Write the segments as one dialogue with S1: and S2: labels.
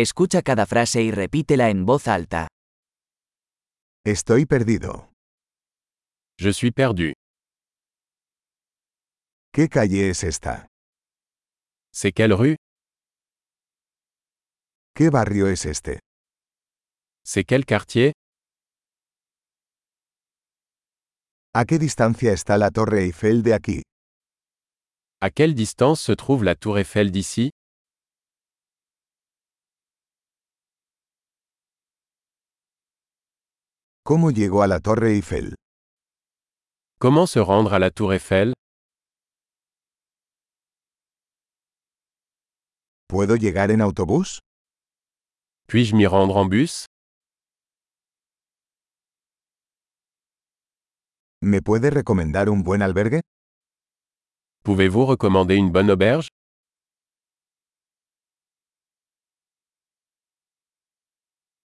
S1: Escucha cada frase y repítela en voz alta.
S2: Estoy perdido.
S3: Je suis perdu.
S2: ¿Qué calle es esta?
S3: C'est quelle rue
S2: ¿Qué barrio es este?
S3: C'est quel quartier
S2: ¿A qué distancia está la Torre Eiffel de aquí?
S3: À quelle distance se trouve la tour Eiffel d'ici
S2: ¿Cómo llego a la Torre Eiffel?
S3: Comment se rendre à la tour Eiffel
S2: ¿Puedo llegar en autobús?
S3: Puis-je m'y rendre en bus
S2: ¿Me puede recomendar un buen albergue?
S3: Pouvez-vous recommander une bonne auberge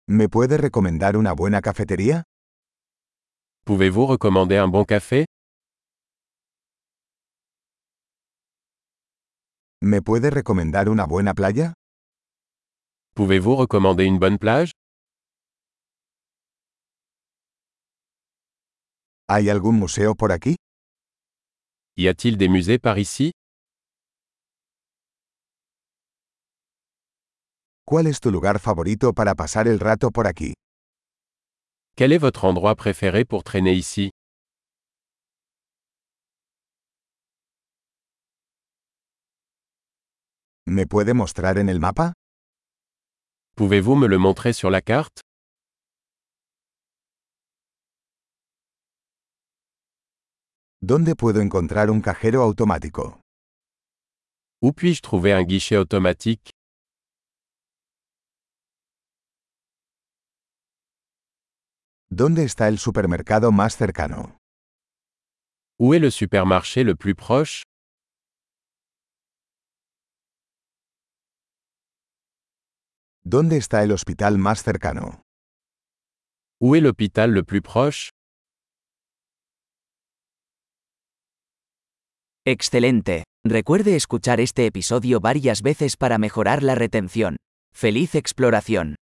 S2: ¿Me puede recomendar una buena cafetería?
S3: Pouvez-vous recommander un bon café
S2: ¿Me puede recomendar una buena playa?
S3: Pouvez-vous recommander une bonne plage
S2: ¿Hay algún museo por aquí?
S3: Y a-t-il des musées par ici
S2: ¿Cuál es tu lugar favorito para pasar el rato por aquí?
S3: Quel est votre endroit préféré pour traîner ici
S2: ¿Me puede mostrar en el mapa?
S3: Pouvez-vous me le montrer sur la carte
S2: ¿Dónde puedo encontrar un cajero automático?
S3: Où puis-je trouver un guichet automatique
S2: ¿Dónde está el supermercado más cercano?
S3: Où est le supermarché le plus proche
S2: ¿Dónde está el hospital más cercano?
S3: Où est l'hôpital le plus proche
S1: Excelente. Recuerde escuchar este episodio varias veces para mejorar la retención. ¡Feliz exploración!